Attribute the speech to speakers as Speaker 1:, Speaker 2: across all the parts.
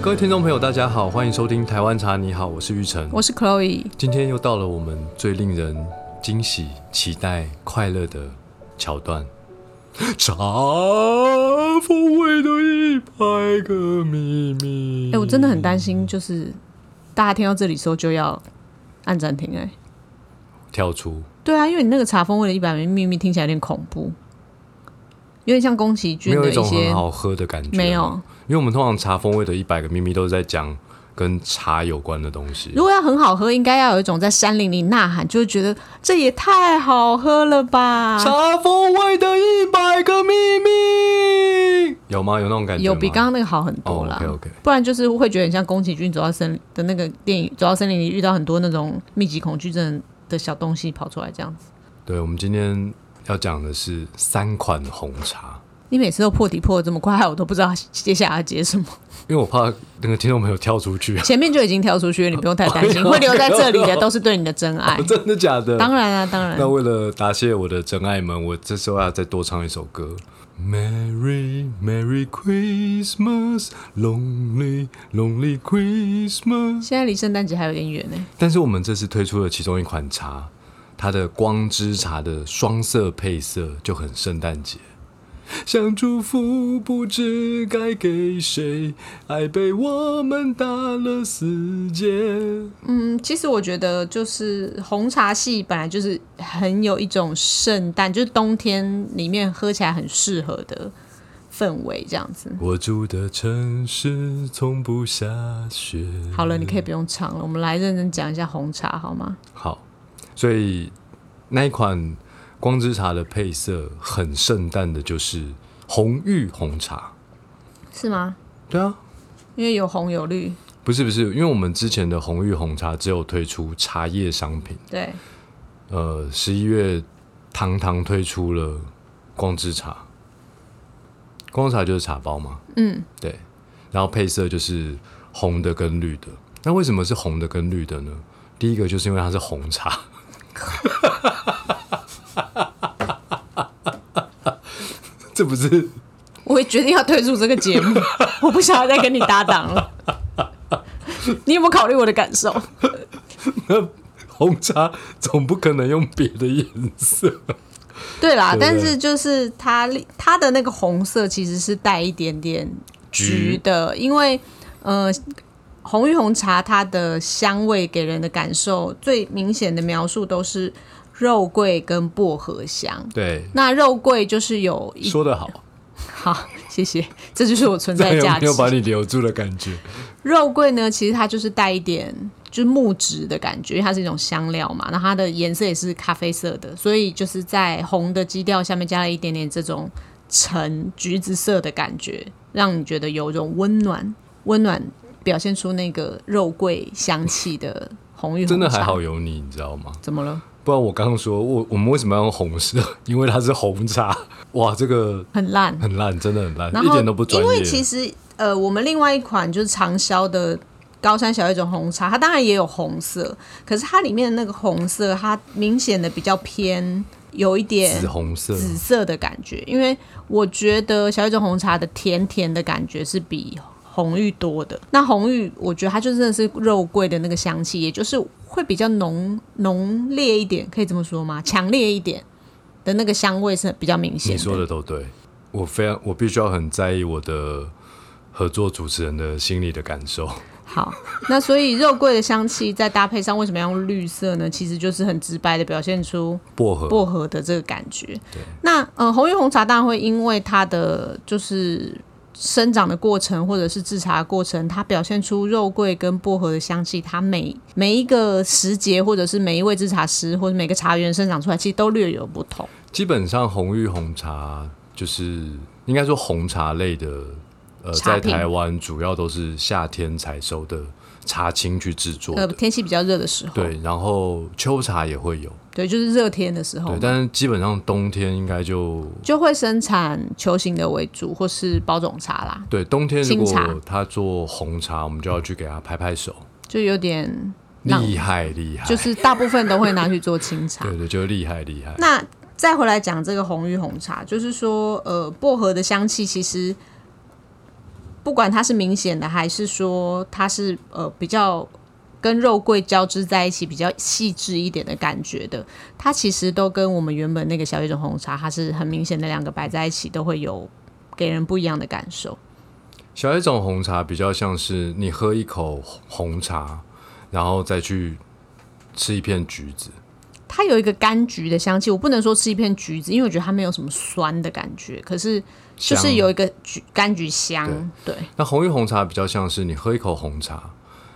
Speaker 1: 各位听众朋友，大家好，欢迎收听《台湾茶》，你好，我是玉成。
Speaker 2: 我是 Chloe，
Speaker 1: 今天又到了我们最令人惊喜、期待、快乐的桥段——茶风味的一百个秘密。
Speaker 2: 哎、我真的很担心，就是大家听到这里的时候就要按暂停、哎，
Speaker 1: 跳出，
Speaker 2: 对啊，因为你那个茶风味的一百名秘密听起来有点恐怖，有点像宫崎
Speaker 1: 没
Speaker 2: 骏
Speaker 1: 有
Speaker 2: 的
Speaker 1: 一种
Speaker 2: 些
Speaker 1: 很好喝的感觉。啊
Speaker 2: 没有，。
Speaker 1: 因为我们通常茶风味的一百个秘密都是在讲跟茶有关的东西。
Speaker 2: 如果要很好喝，应该要有一种在山林里呐喊，就会觉得这也太好喝了吧。
Speaker 1: 茶风味的一百个秘密，有吗？有那种感觉吗？
Speaker 2: 有比刚刚那个好很多啦，
Speaker 1: 哦，OK，OK
Speaker 2: 不然就是会觉得很像宫崎骏走到森的那个电影，走到森林里遇到很多那种密集恐惧症的小东西跑出来这样子。
Speaker 1: 对，我们今天要讲的是三款红茶，
Speaker 2: 你每次都破题破的这么快，害我都不知道接下来要接什 么。。
Speaker 1: 因为我怕那个听众朋友跳出去
Speaker 2: 前面就已经挑出去了，你不用太担
Speaker 1: 哎
Speaker 2: 心，
Speaker 1: 呦。
Speaker 2: 会留在这里的都是对你的真 爱
Speaker 1: 真的假的？
Speaker 2: 当然啊，当然
Speaker 1: 那。为了答谢我的真爱们，我这时候要再多唱一首歌。Merry Merry Christmas, Lonely Lonely Christmas。
Speaker 2: 现在离圣诞节还有点远呢、
Speaker 1: 但是我们这次推出了其中一款茶，它的光之茶的双色配色就很圣诞节。想祝福不知该给谁，爱哎被我们打了哎死结。
Speaker 2: 嗯，其实我觉得就是红茶系本来就是很有一种圣诞，就是冬天里面喝起来很适合的氛围这样子。
Speaker 1: 我住的城市从不下雪。
Speaker 2: 好了，你可以不用唱了，我们来认真讲一下红茶好吗？
Speaker 1: 好，所以那一款光之茶的配色很圣诞的，就是红玉红茶。
Speaker 2: 是吗？
Speaker 1: 对啊，
Speaker 2: 因为有红有绿，
Speaker 1: 不是不是，因为我们之前的红玉红茶只有推出茶叶商品，
Speaker 2: 对，
Speaker 1: 呃，十一月堂堂推出了光之茶，光之茶就是茶包嘛，
Speaker 2: 嗯，
Speaker 1: 对，然后配色就是红的跟绿的。那为什么是红的跟绿的呢？第一个就是因为它是红茶。 这不是
Speaker 2: 我也决定要退出这个节 目，我不想要再跟你搭档了。你有没有考虑我的感受？
Speaker 1: 红茶，总不可能用别的颜色。
Speaker 2: 对啦，
Speaker 1: 对不
Speaker 2: 但
Speaker 1: 对
Speaker 2: 是就是它它的那个红色其实是带一点点
Speaker 1: 橘
Speaker 2: 橘的，因为呃，红玉红茶它的香味给人的感受最明显的描述都是肉桂跟薄荷香。
Speaker 1: 对，
Speaker 2: 那肉桂就是有一
Speaker 1: 说得好，
Speaker 2: 好，谢谢，这就是我存在
Speaker 1: 再
Speaker 2: 的
Speaker 1: 有
Speaker 2: 价
Speaker 1: 没
Speaker 2: 值
Speaker 1: 有。把你留住的感觉？
Speaker 2: 肉桂呢，其实它就是带一点就是木质的感觉，因为它是一种香料嘛。那它的颜色也是咖啡色的，所以就是在红的基调下面加了一点点这种橙橘子色的感觉，让你觉得有一种温暖， 温暖表现出那个肉桂香气的红玉红
Speaker 1: 真的还
Speaker 2: 茶
Speaker 1: 好。有你，你知道吗？
Speaker 2: 怎么了？
Speaker 1: 不然我刚刚说我我们为什么要用红色？因为它是红茶。 哇，这个
Speaker 2: 很烂。
Speaker 1: 很烂，真的很烂，
Speaker 2: 然
Speaker 1: 一
Speaker 2: 后
Speaker 1: 点都不专业。
Speaker 2: 因为其实呃，我们另外一款就是长销的高山小叶种红茶，它当然也有红色，可是它里面的那个红色，它明显的比较偏有一点
Speaker 1: 紫红色，
Speaker 2: 紫色的感觉，因为我觉得小叶种红茶的甜甜的感觉是比红玉多的。那红玉，我觉得它就真的是肉桂的那个香气，也就是会比较浓浓烈一点，可以这么说吗？强烈一点的那个香味是比较明显
Speaker 1: 你说的都对。我非常，我必须要很在意我的合作主持人的心理的感受。
Speaker 2: 好，那所以肉桂的香气再搭配上为什么要用绿色呢？其实就是很直白的表现出
Speaker 1: 薄荷，
Speaker 2: 薄荷的这个感觉。那呃，红玉红茶当然会因为它的就是生长的过程或者是制茶的过程，它表现出肉桂跟薄荷的香气。它每每一个时节或者是每一位制茶师或者每个茶园生长出来，其实都略有不同。
Speaker 1: 基本上红玉红茶就是应该说红茶类的，呃，
Speaker 2: 茶
Speaker 1: 在
Speaker 2: 品
Speaker 1: 台湾主要都是夏天采收的茶青去制作
Speaker 2: 呃，
Speaker 1: 的。
Speaker 2: 天气比较热的时候，
Speaker 1: 对，然后秋茶也会有，
Speaker 2: 对就是热天的时候
Speaker 1: 对，，但是基本上冬天应该就
Speaker 2: 就会生产球形的为主或是包种茶啦。
Speaker 1: 对，冬天如
Speaker 2: 清茶
Speaker 1: 果他做红茶，我们就要去给他拍拍手，
Speaker 2: 就有点浪
Speaker 1: 厉害厉害，
Speaker 2: 就是大部分都会拿去做清茶。
Speaker 1: 对对，就厉害厉害。
Speaker 2: 那再回来讲这个红玉红茶，就是说，呃，薄荷的香气其实不管它是明显的，还是说它是呃比较跟肉桂交织在一起比较细致一点的感觉的，它其实都跟我们原本那个小叶种红茶，它是很明显的两个摆在一起都会有给人不一样的感受。
Speaker 1: 小叶种红茶比较像是你喝一口红茶，然后再去吃一片橘子。
Speaker 2: 它有一个柑橘的香气，我不能说吃一片橘子，因为我觉得它没有什么酸的感觉，可是就是
Speaker 1: 香
Speaker 2: 有一个橘柑橘香，对
Speaker 1: 那红玉红茶比较像是你喝一口红茶，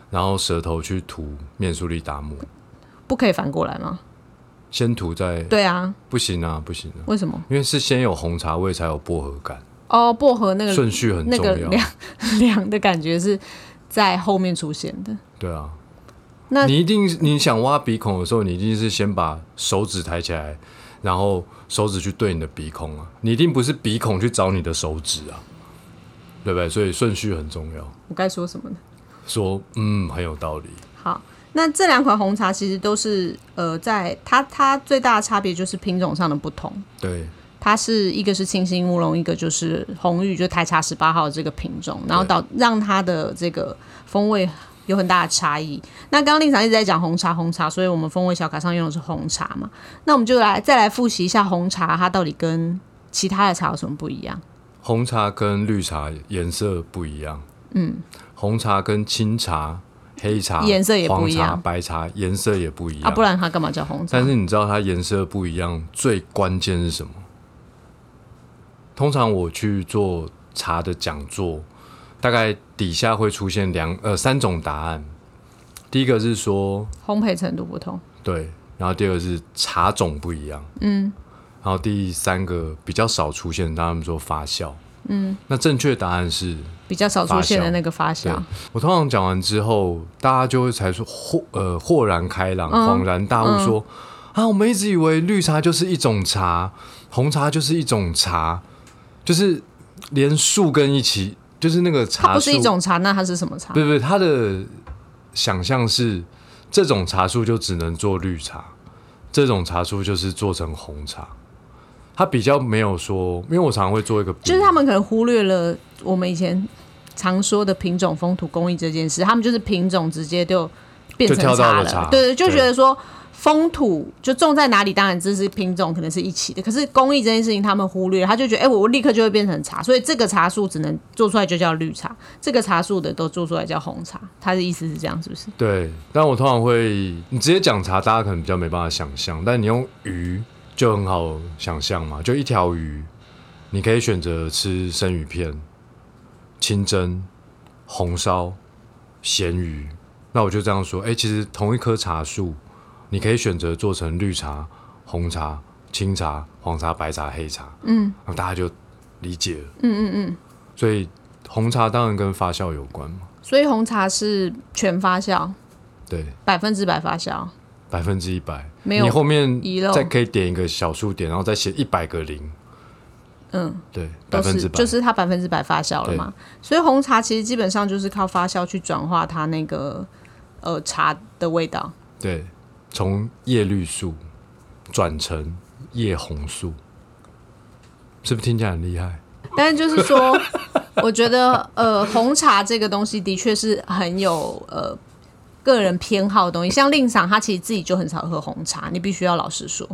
Speaker 1: 然后舌头去涂面苏力达姆，
Speaker 2: 不可以反过来吗？
Speaker 1: 先涂在
Speaker 2: 对啊，
Speaker 1: 不行啊，不行啊，
Speaker 2: 为什么？
Speaker 1: 因为是先有红茶味才有薄荷感，
Speaker 2: 哦，薄荷那个
Speaker 1: 顺序很
Speaker 2: 那
Speaker 1: 重
Speaker 2: 个
Speaker 1: 要。
Speaker 2: 凉凉 的感觉是在后面出现的。
Speaker 1: 对啊，
Speaker 2: 那
Speaker 1: 你一定你想挖鼻孔的时候，你一定是先把手指抬起来，然后手指去对你的鼻孔啊，你一定不是鼻孔去找你的手指啊，对不对？所以顺序很重要。
Speaker 2: 我该说什么呢？
Speaker 1: 说嗯，很有道理。
Speaker 2: 好，那这两款红茶其实都是呃，在它它最大的差别就是品种上的不同。
Speaker 1: 对，
Speaker 2: 它是一个是清新乌龙，一个就是红玉，就台茶十八号这个品种，然后
Speaker 1: 对
Speaker 2: 导让它的这个风味有很大的差异。那刚刚令长一直在讲红茶，红茶，所以我们风味小卡上用的是红茶嘛。那我们就来再来复习一下红茶，它到底跟其他的茶有什么不一样？
Speaker 1: 红茶跟绿茶颜色不一样，嗯，红茶跟青茶、黑茶
Speaker 2: 颜色也不一样
Speaker 1: 黄茶、白茶颜色也不一样。
Speaker 2: 啊，不然它干嘛叫红茶
Speaker 1: 但？是你知道它颜色不一样，最关键是什么？通常我去做茶的讲座，大概底下会出现两呃三种答案。第一个是说
Speaker 2: 烘焙程度不同，
Speaker 1: 对，然后第二个是茶种不一样，嗯，然后第三个比较少出现，他们说发酵，嗯，那正确答案是
Speaker 2: 比较少出现
Speaker 1: 发
Speaker 2: 的
Speaker 1: 酵
Speaker 2: 那个发
Speaker 1: 对
Speaker 2: 酵。
Speaker 1: 我通常讲完之后，大家就会才说豁呃豁然开朗、
Speaker 2: 嗯
Speaker 1: 恍然大悟说，啊，我们一直以为绿茶就是一种茶，红茶就是一种茶，就是连树根一起，就是那个茶
Speaker 2: 它不是
Speaker 1: 树
Speaker 2: 一，种茶，那它是什么茶
Speaker 1: 不？是不是，他的想象是这种茶树就只能做绿茶，这种茶树就是做成红茶。他比较没有说，因为我常常会做一个比喻，
Speaker 2: 就是他们可能忽略了我们以前常说的品种、风土工艺这件事，他们就是品种直接就变成
Speaker 1: 就跳到
Speaker 2: 茶
Speaker 1: 了茶
Speaker 2: 对对，就
Speaker 1: 对
Speaker 2: 觉得说风土就种在哪里，当然这是品种可能是一起的，可是工艺这件事情他们忽略了，他就觉得哎、我立刻就会变成茶，所以这个茶树只能做出来就叫绿茶，这个茶树的都做出来叫红茶，他的意思是这样，是不是？
Speaker 1: 对，但我通常会，你直接讲茶，大家可能比较没办法想象，但你用鱼就很好想象嘛，就一条鱼，你可以选择吃生鱼片、清蒸、红烧、咸鱼。那我就这样说，哎、其实同一棵茶树，你可以选择做成绿茶、红茶、青茶、黄茶、白茶、黑茶，嗯，那大家就理解了，嗯嗯嗯。所以红茶当然跟发酵有关嘛，
Speaker 2: 所以红茶是全发酵，
Speaker 1: 对。
Speaker 2: 百分之百发酵，
Speaker 1: 百分之一百，
Speaker 2: 没有
Speaker 1: 你后面
Speaker 2: 遗漏
Speaker 1: 再可以点一个小数点，然后再写一百个零，嗯，对，百
Speaker 2: 都
Speaker 1: 分之
Speaker 2: 是
Speaker 1: 百，
Speaker 2: 就是它百分之百发酵了
Speaker 1: 对
Speaker 2: 嘛。所以红茶其实基本上就是靠发酵去转化它那个呃茶的味道。
Speaker 1: 对，从叶绿素转成叶红素，是不是听起来很厉害？
Speaker 2: 但是就是 说，我觉得呃红茶这个东西的确是很有呃个人偏好的东西。像令赏他其实自己就很少喝红茶，你必须要老实说，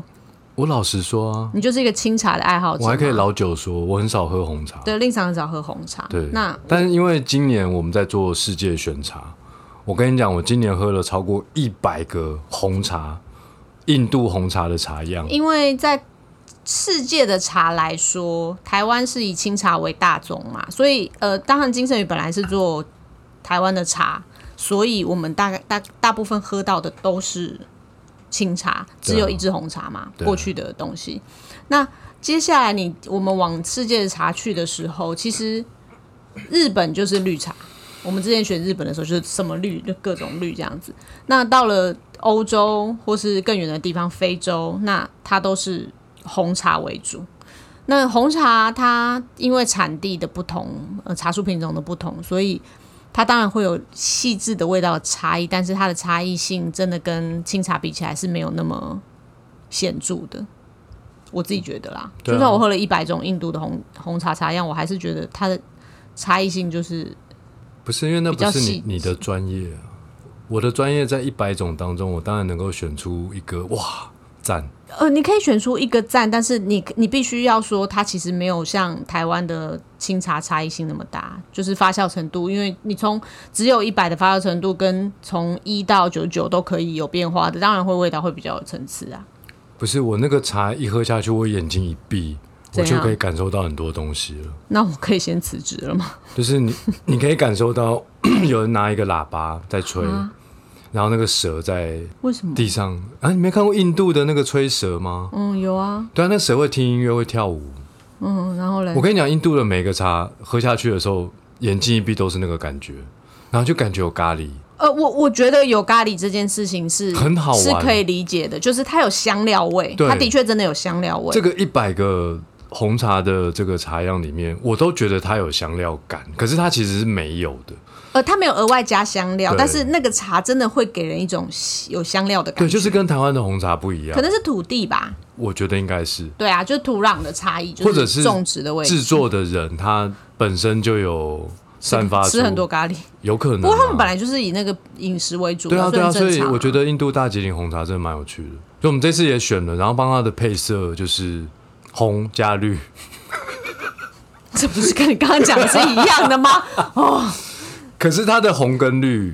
Speaker 1: 我老实说啊，
Speaker 2: 你就是一个清茶的爱好者嘛。
Speaker 1: 我还可以老酒说，我很少喝红茶，
Speaker 2: 对令赏很少喝红茶。
Speaker 1: 对，
Speaker 2: 啊那
Speaker 1: 但是因为今年我们在做世界选茶，我跟你讲，我今年喝了超过一百个红茶，印度红茶的茶样，
Speaker 2: 因为在世界的茶来说，台湾是以清茶为大宗嘛，所以呃，当然金圣宇本来是做台湾的茶，所以我们大概大大部分喝到的都是清茶，只有一支红茶嘛，
Speaker 1: 对啊
Speaker 2: 过去的东西。那接下来你我们往世界的茶去的时候，其实日本就是绿茶。我们之前选日本的时候，就是什么绿就各种绿这样子。那到了欧洲或是更远的地方，非洲，那它都是红茶为主。那红茶它因为产地的不同，呃，茶树品种的不同，所以它当然会有细致的味道的差异，但是它的差异性真的跟清茶比起来是没有那么显著的。我自己觉得啦，
Speaker 1: 对啊
Speaker 2: 就算我喝了一百种印度的红红茶茶样，我还是觉得它的差异性就是
Speaker 1: 不是因为那不
Speaker 2: 比较
Speaker 1: 是
Speaker 2: 细
Speaker 1: 你你的专业啊，我的专业在一百种当中，我当然能够选出一个哇赞，
Speaker 2: 呃，你可以选出一个赞，但是你你必须要说它其实没有像台湾的清茶差异性那么大，就是发酵程度，因为你从只有一百的发酵程度跟从一到九九都可以有变化的，当然会味道会比较有层次啊。
Speaker 1: 不是我那个茶一喝下去，我眼睛一闭，我
Speaker 2: 怎样
Speaker 1: 就可以感受到很多东西了。
Speaker 2: 那我可以先辞职了吗？
Speaker 1: 就是你你可以感受到 有人拿一个喇叭在吹，
Speaker 2: 啊
Speaker 1: 然后那个蛇在
Speaker 2: 为什么？
Speaker 1: 地上啊，你没看过印度的那个吹蛇吗？
Speaker 2: 嗯，有啊，
Speaker 1: 对啊，那蛇会听音乐，会跳舞。
Speaker 2: 嗯，然后嘞
Speaker 1: 我，跟你讲，印度的每个茶喝下去的时候，眼睛一闭都是那个感觉，然后就感觉有咖喱。
Speaker 2: 呃，我我觉得有咖喱这件事情是
Speaker 1: 很好玩
Speaker 2: 是可以理解的，就是它有香料味，
Speaker 1: 对
Speaker 2: 它的确真的有香料味。
Speaker 1: 这个一百个红茶的这个茶样里面，我都觉得它有香料感，可是它其实是没有的。
Speaker 2: 呃，它没有额外加香料，
Speaker 1: 对
Speaker 2: 但是那个茶真的会给人一种有香料的感
Speaker 1: 对，
Speaker 2: 觉，
Speaker 1: 就是跟台湾的红茶不一样
Speaker 2: 可，能是土地吧，
Speaker 1: 我觉得应该是
Speaker 2: 对啊，就是土壤的差异，
Speaker 1: 或者
Speaker 2: 就是种植的味道
Speaker 1: 制，作的人他本身就有散发出
Speaker 2: 吃很多，咖喱。
Speaker 1: 有可能、啊。
Speaker 2: 不过他们本来就是以那个饮食为主，
Speaker 1: 对啊，对啊，所
Speaker 2: 所以很正
Speaker 1: 以
Speaker 2: 常啊
Speaker 1: 我觉得印度大吉岭红茶真的蛮有趣的。所以我们这次也选了，然后帮它的配色就是红加绿，
Speaker 2: 这不是跟你刚刚讲的是一样 的吗？
Speaker 1: 可是它的红跟绿，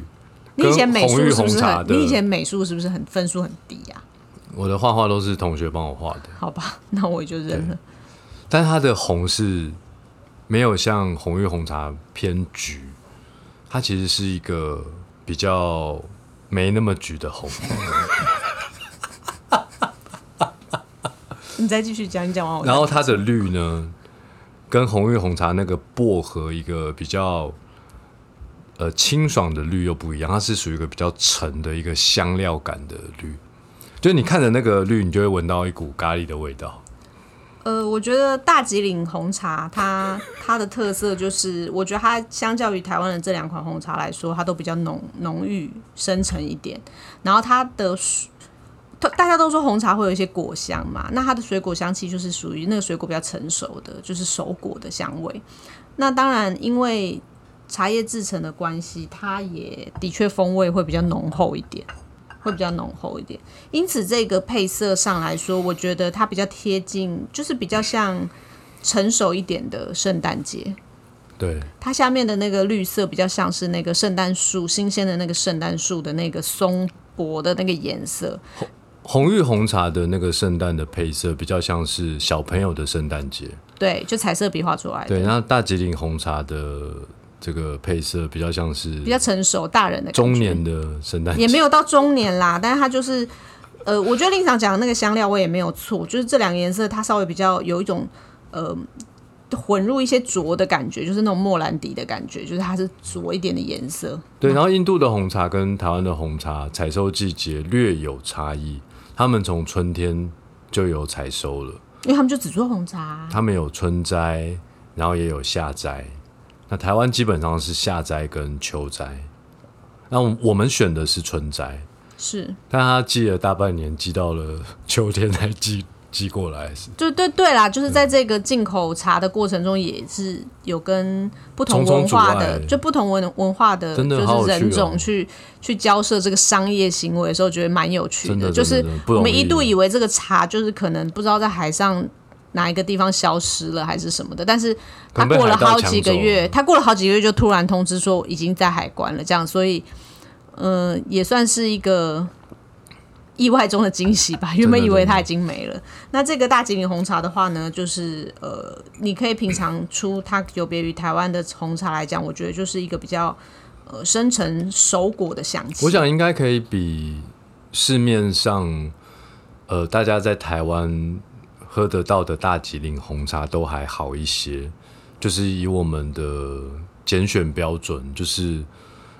Speaker 2: 你以前
Speaker 1: 跟
Speaker 2: 美术
Speaker 1: 红玉
Speaker 2: 是不
Speaker 1: 红
Speaker 2: 是
Speaker 1: 茶
Speaker 2: 很？
Speaker 1: 的，
Speaker 2: 你以前美术是不是很分数很低呀、
Speaker 1: 我的画画都是同学帮我画的，
Speaker 2: 好吧，那我也就认了。
Speaker 1: 但它的红是没有像红玉红茶偏橘，它其实是一个比较没那么橘的红。
Speaker 2: 你再继续讲，你讲完我再。
Speaker 1: 然后它的绿呢，跟红玉红茶那个薄荷一个比较呃清爽的绿又不一样，它是属于一个比较沉的一个香料感的绿。就是你看着那个绿，你就会闻到一股咖喱的味道。
Speaker 2: 呃，我觉得大吉岭红茶它它的特色就是，我觉得它相较于台湾的这两款红茶来说，它都比较浓浓郁深沉一点。然后它的水，它大家都说红茶会有一些果香嘛，那它的水果香气就是属于那个水果比较成熟的，就是熟果的香味。那当然，因为茶叶制成的关系，它也的确风味会比较浓厚一点，会比较浓厚一点。因此，这个配色上来说，我觉得它比较贴近，就是比较像成熟一点的圣诞节。
Speaker 1: 对，
Speaker 2: 它下面的那个绿色比较像是那个圣诞树新鲜的那个圣诞树的那个松柏的那个颜色，
Speaker 1: 红玉红茶的那个圣诞的配色比较像是小朋友的圣诞节，
Speaker 2: 对，就彩色笔画出来的，
Speaker 1: 对。然后大吉岭红茶的这个配色比较像是
Speaker 2: 比较成熟大人的感觉
Speaker 1: 中年的圣诞节，
Speaker 2: 也没有到中年啦，但是它就是，呃，我觉得令长讲的那个香料味也没有错，就是这两个颜色它稍微比较有一种呃混入一些浊的感觉，就是那种莫兰迪的感觉，就是它是浊一点的颜色。
Speaker 1: 对，然后印度的红茶跟台湾的红茶采收季节略有差异，他们从春天就有采收了，
Speaker 2: 因为他们就只做红茶啊、
Speaker 1: 他们有春摘，然后也有夏摘。那台湾基本上是夏摘跟秋摘，那我我们选的是春摘，
Speaker 2: 是，
Speaker 1: 但它寄了大半年，寄到了 秋天才寄寄过来，是
Speaker 2: 就对对啦，就是
Speaker 1: 嗯
Speaker 2: 在这个进口茶的过程中，也是有跟不同
Speaker 1: 重重
Speaker 2: 文化
Speaker 1: 阻碍
Speaker 2: 的，就不同文文化的，
Speaker 1: 真的
Speaker 2: 就
Speaker 1: 好有
Speaker 2: 是
Speaker 1: 趣
Speaker 2: 人
Speaker 1: 哦
Speaker 2: 种去去交涉这个商业行为的时候，觉得蛮有趣
Speaker 1: 真的
Speaker 2: 就
Speaker 1: 真
Speaker 2: 是
Speaker 1: 的真的不
Speaker 2: 我
Speaker 1: 容
Speaker 2: 们一
Speaker 1: 易
Speaker 2: 度以为这个茶就是可能不知道在海上。哪一个地方消失了还是什么的？但是
Speaker 1: 可
Speaker 2: 他
Speaker 1: 能被
Speaker 2: 过了
Speaker 1: 海盗
Speaker 2: 好
Speaker 1: 抢
Speaker 2: 几个
Speaker 1: 走
Speaker 2: 月，他过了好几个月就突然通知说已经在海关了，这样，所以，嗯、也算是一个意外中的惊喜吧。原本以为它已经没了。那这个大吉岭红茶的话呢，就是呃，你可以品尝出它有别于台湾的红茶来讲，我觉得就是一个比较呃深沉熟果的香气。
Speaker 1: 我想应该可以比市面上，呃，大家在台湾喝得到的大吉岭红茶都还好一些。就是以我们的拣选标准，就是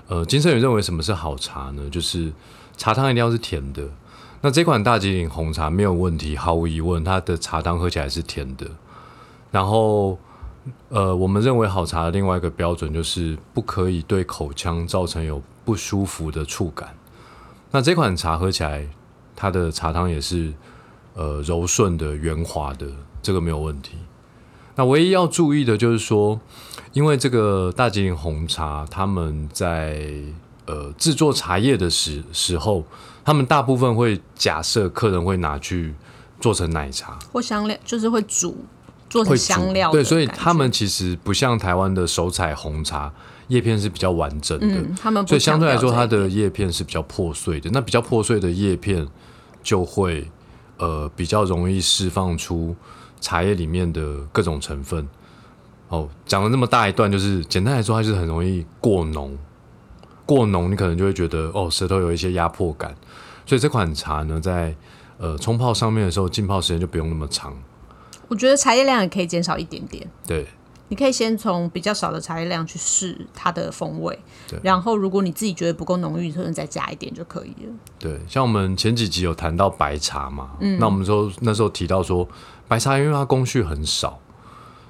Speaker 1: 呃，金圣宇认为什么是好茶呢？就是茶汤一定要是甜的。那这款大吉岭红茶没有问题，毫无疑问，它的茶汤喝起来是甜的。然后，呃，我们认为好茶的另外一个标准就是不可以对口腔造成有不舒服的触感。那这款茶喝起来，它的茶汤也是呃柔顺的、圆滑的，这个没有问题。那唯一要注意的就是说，因为这个大吉岭红茶，他们在呃制作茶叶的时时候，他们大部分会假设客人会拿去做成奶茶，
Speaker 2: 或香料，就是会煮做
Speaker 1: 会煮
Speaker 2: 成香料的
Speaker 1: 对，
Speaker 2: 感觉。
Speaker 1: 所以他们其实不像台湾的手采红茶，叶片是比较完整的。
Speaker 2: 嗯，他们不
Speaker 1: 所以相对来说，它
Speaker 2: 强调这
Speaker 1: 的
Speaker 2: 一
Speaker 1: 叶片是比较破碎的。那比较破碎的叶片就会呃比较容易释放出茶叶里面的各种成分。哦，讲了那么大一段，就是简单来说，它就是很容易过浓。过浓，你可能就会觉得哦，舌头有一些压迫感。所以这款茶呢，在呃冲泡上面的时候，浸泡时间就不用那么长。
Speaker 2: 点我觉得茶叶量也可以减少一点点。
Speaker 1: 对，
Speaker 2: 你可以先从比较少的茶叶量去试它的风味
Speaker 1: 对，
Speaker 2: 然后如果你自己觉得不够浓郁，可能再加一点就可以了。
Speaker 1: 对，像我们前几集有谈到白茶嘛，
Speaker 2: 嗯
Speaker 1: 那我们说那时候提到说，白茶因为它工序很少，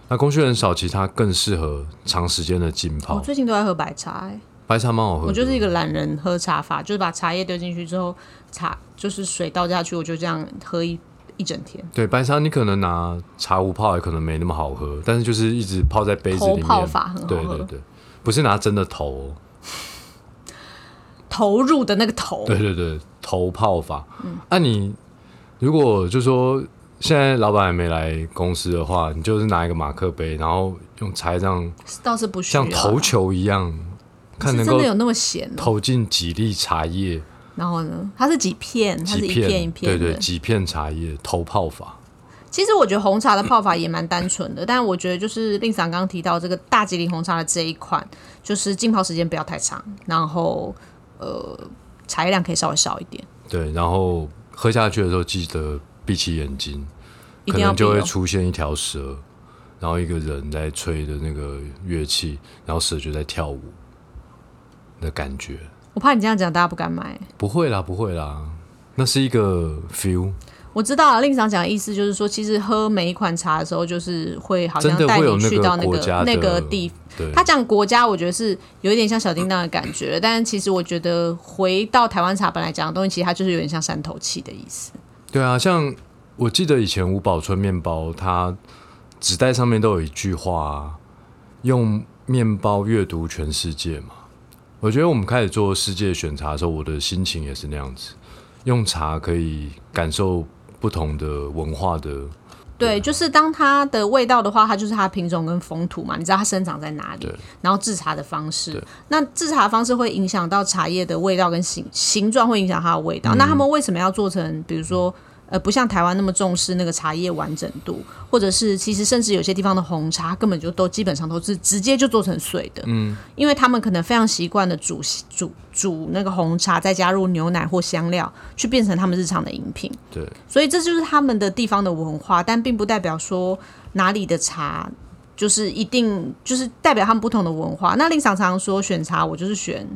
Speaker 1: 那工序很少，其实它更适合长时间的浸泡。
Speaker 2: 我最近都在喝白茶、欸，
Speaker 1: 白茶蛮好喝的，
Speaker 2: 我就是一个懒人喝茶法，就是把茶叶丢进去之后，茶就是水倒下去，我就这样喝一一整天，
Speaker 1: 对白茶，你可能拿茶壶泡也可能没那么好喝，但是就是一直泡在杯子里
Speaker 2: 头
Speaker 1: 面，
Speaker 2: 泡法很好
Speaker 1: 对
Speaker 2: 喝，
Speaker 1: 对对，不是拿真的头哦、
Speaker 2: 投入的那个头，
Speaker 1: 对对对，头泡法。
Speaker 2: 嗯
Speaker 1: 那、你如果就说现在老板还没来公司的话，你就是拿一个马克杯，然后用柴这样。
Speaker 2: 倒是不需要
Speaker 1: 像投球一样，看
Speaker 2: 啊是
Speaker 1: 能
Speaker 2: 真
Speaker 1: 够
Speaker 2: 的有那么咸哦、
Speaker 1: 投进几粒茶叶、
Speaker 2: 然后呢，它是几片，它是
Speaker 1: 几
Speaker 2: 一片一
Speaker 1: 片，
Speaker 2: 片
Speaker 1: 对
Speaker 2: 的。
Speaker 1: 对，几片茶叶投泡法。
Speaker 2: 其实我觉得红茶的泡法也蛮单纯的，但我觉得就是令赏刚刚提到这个大吉岭红茶的这一款，就是浸泡时间不要太长，然后呃茶叶量可以稍微少一点，
Speaker 1: 对，然后喝下去的时候记得闭起眼睛，
Speaker 2: 一
Speaker 1: 可
Speaker 2: 定要
Speaker 1: 能
Speaker 2: 避
Speaker 1: 就会
Speaker 2: 哦。
Speaker 1: 出现一条蛇，然后一个人在吹的那个乐器，然后蛇就在跳舞的感觉。
Speaker 2: 我怕你这样讲大家不敢买。
Speaker 1: 不会啦，不会啦，那是一个 feel，
Speaker 2: 我知道了，啊令赏讲的意思就是说，其实喝每一款茶的时候，就是会好像
Speaker 1: 真的
Speaker 2: 带
Speaker 1: 会有
Speaker 2: 你
Speaker 1: 那
Speaker 2: 去
Speaker 1: 个
Speaker 2: 到那
Speaker 1: 国
Speaker 2: 个
Speaker 1: 家的
Speaker 2: 那个地
Speaker 1: 对，
Speaker 2: 他讲国家，我觉得是有一点像小叮当的感觉，但其实我觉得回到台湾茶本来讲的东西，其实它就是有点像山头气的意思。
Speaker 1: 对啊，像我记得以前五宝春面包，它纸袋上面都有一句话、啊：“用面包阅读全世界”嘛。我觉得我们开始做世界选茶的时候，我的心情也是那样子，用茶可以感受不同的文化的。
Speaker 2: 对，就是当它的味道的话，它就是它的品种跟风土嘛，你知道它生长在哪里
Speaker 1: 对，
Speaker 2: 然后制茶的方式。那制茶方式会影响到茶叶的味道跟形形状，会影响它的味道。那他们为什么要做成，比如说？呃，不像台湾那么重视那个茶叶完整度，或者是其实甚至有些地方的红茶根本就都基本上都是直接就做成碎的，嗯，因为他们可能非常习惯的煮煮煮那个红茶，再加入牛奶或香料，去变成他们日常的饮品。
Speaker 1: 对，
Speaker 2: 所以这就是他们的地方的文化，但并不代表说哪里的茶就是一定就是代表他们不同的文化。那令常常说选茶，我就是选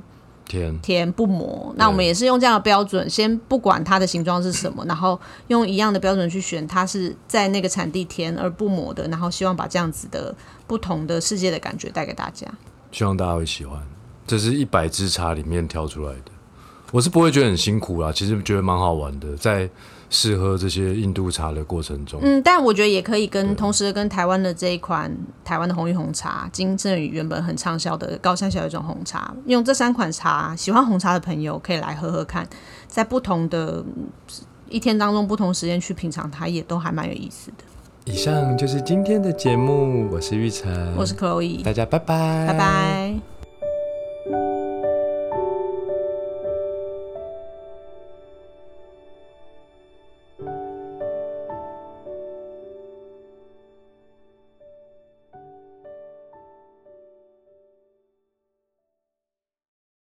Speaker 1: 天，
Speaker 2: 甜不磨。那我们也是用这样的标准，先不管它的形状是什么，然后用一样的标准去选，它是在那个产地甜而不磨的，然后希望把这样子的不同的世界的感觉带给大家。
Speaker 1: 希望大家会喜欢。这是一百支茶里面挑出来的，我是不会觉得很辛苦啦，其实觉得蛮好玩的，在试喝这些印度茶的过程中。
Speaker 2: 嗯，但我觉得也可以跟同时跟台湾的这一款台湾的红玉红茶、金正宇原本很畅销的高山小有种红茶，用这三款茶，喜欢红茶的朋友可以来喝喝看，在不同的嗯一天当中不同时间去品尝它，也都还蛮有意思的。
Speaker 1: 以上就是今天的节目，我是玉成，
Speaker 2: 我是 Chloe，
Speaker 1: 嗯大家拜拜，
Speaker 2: 拜拜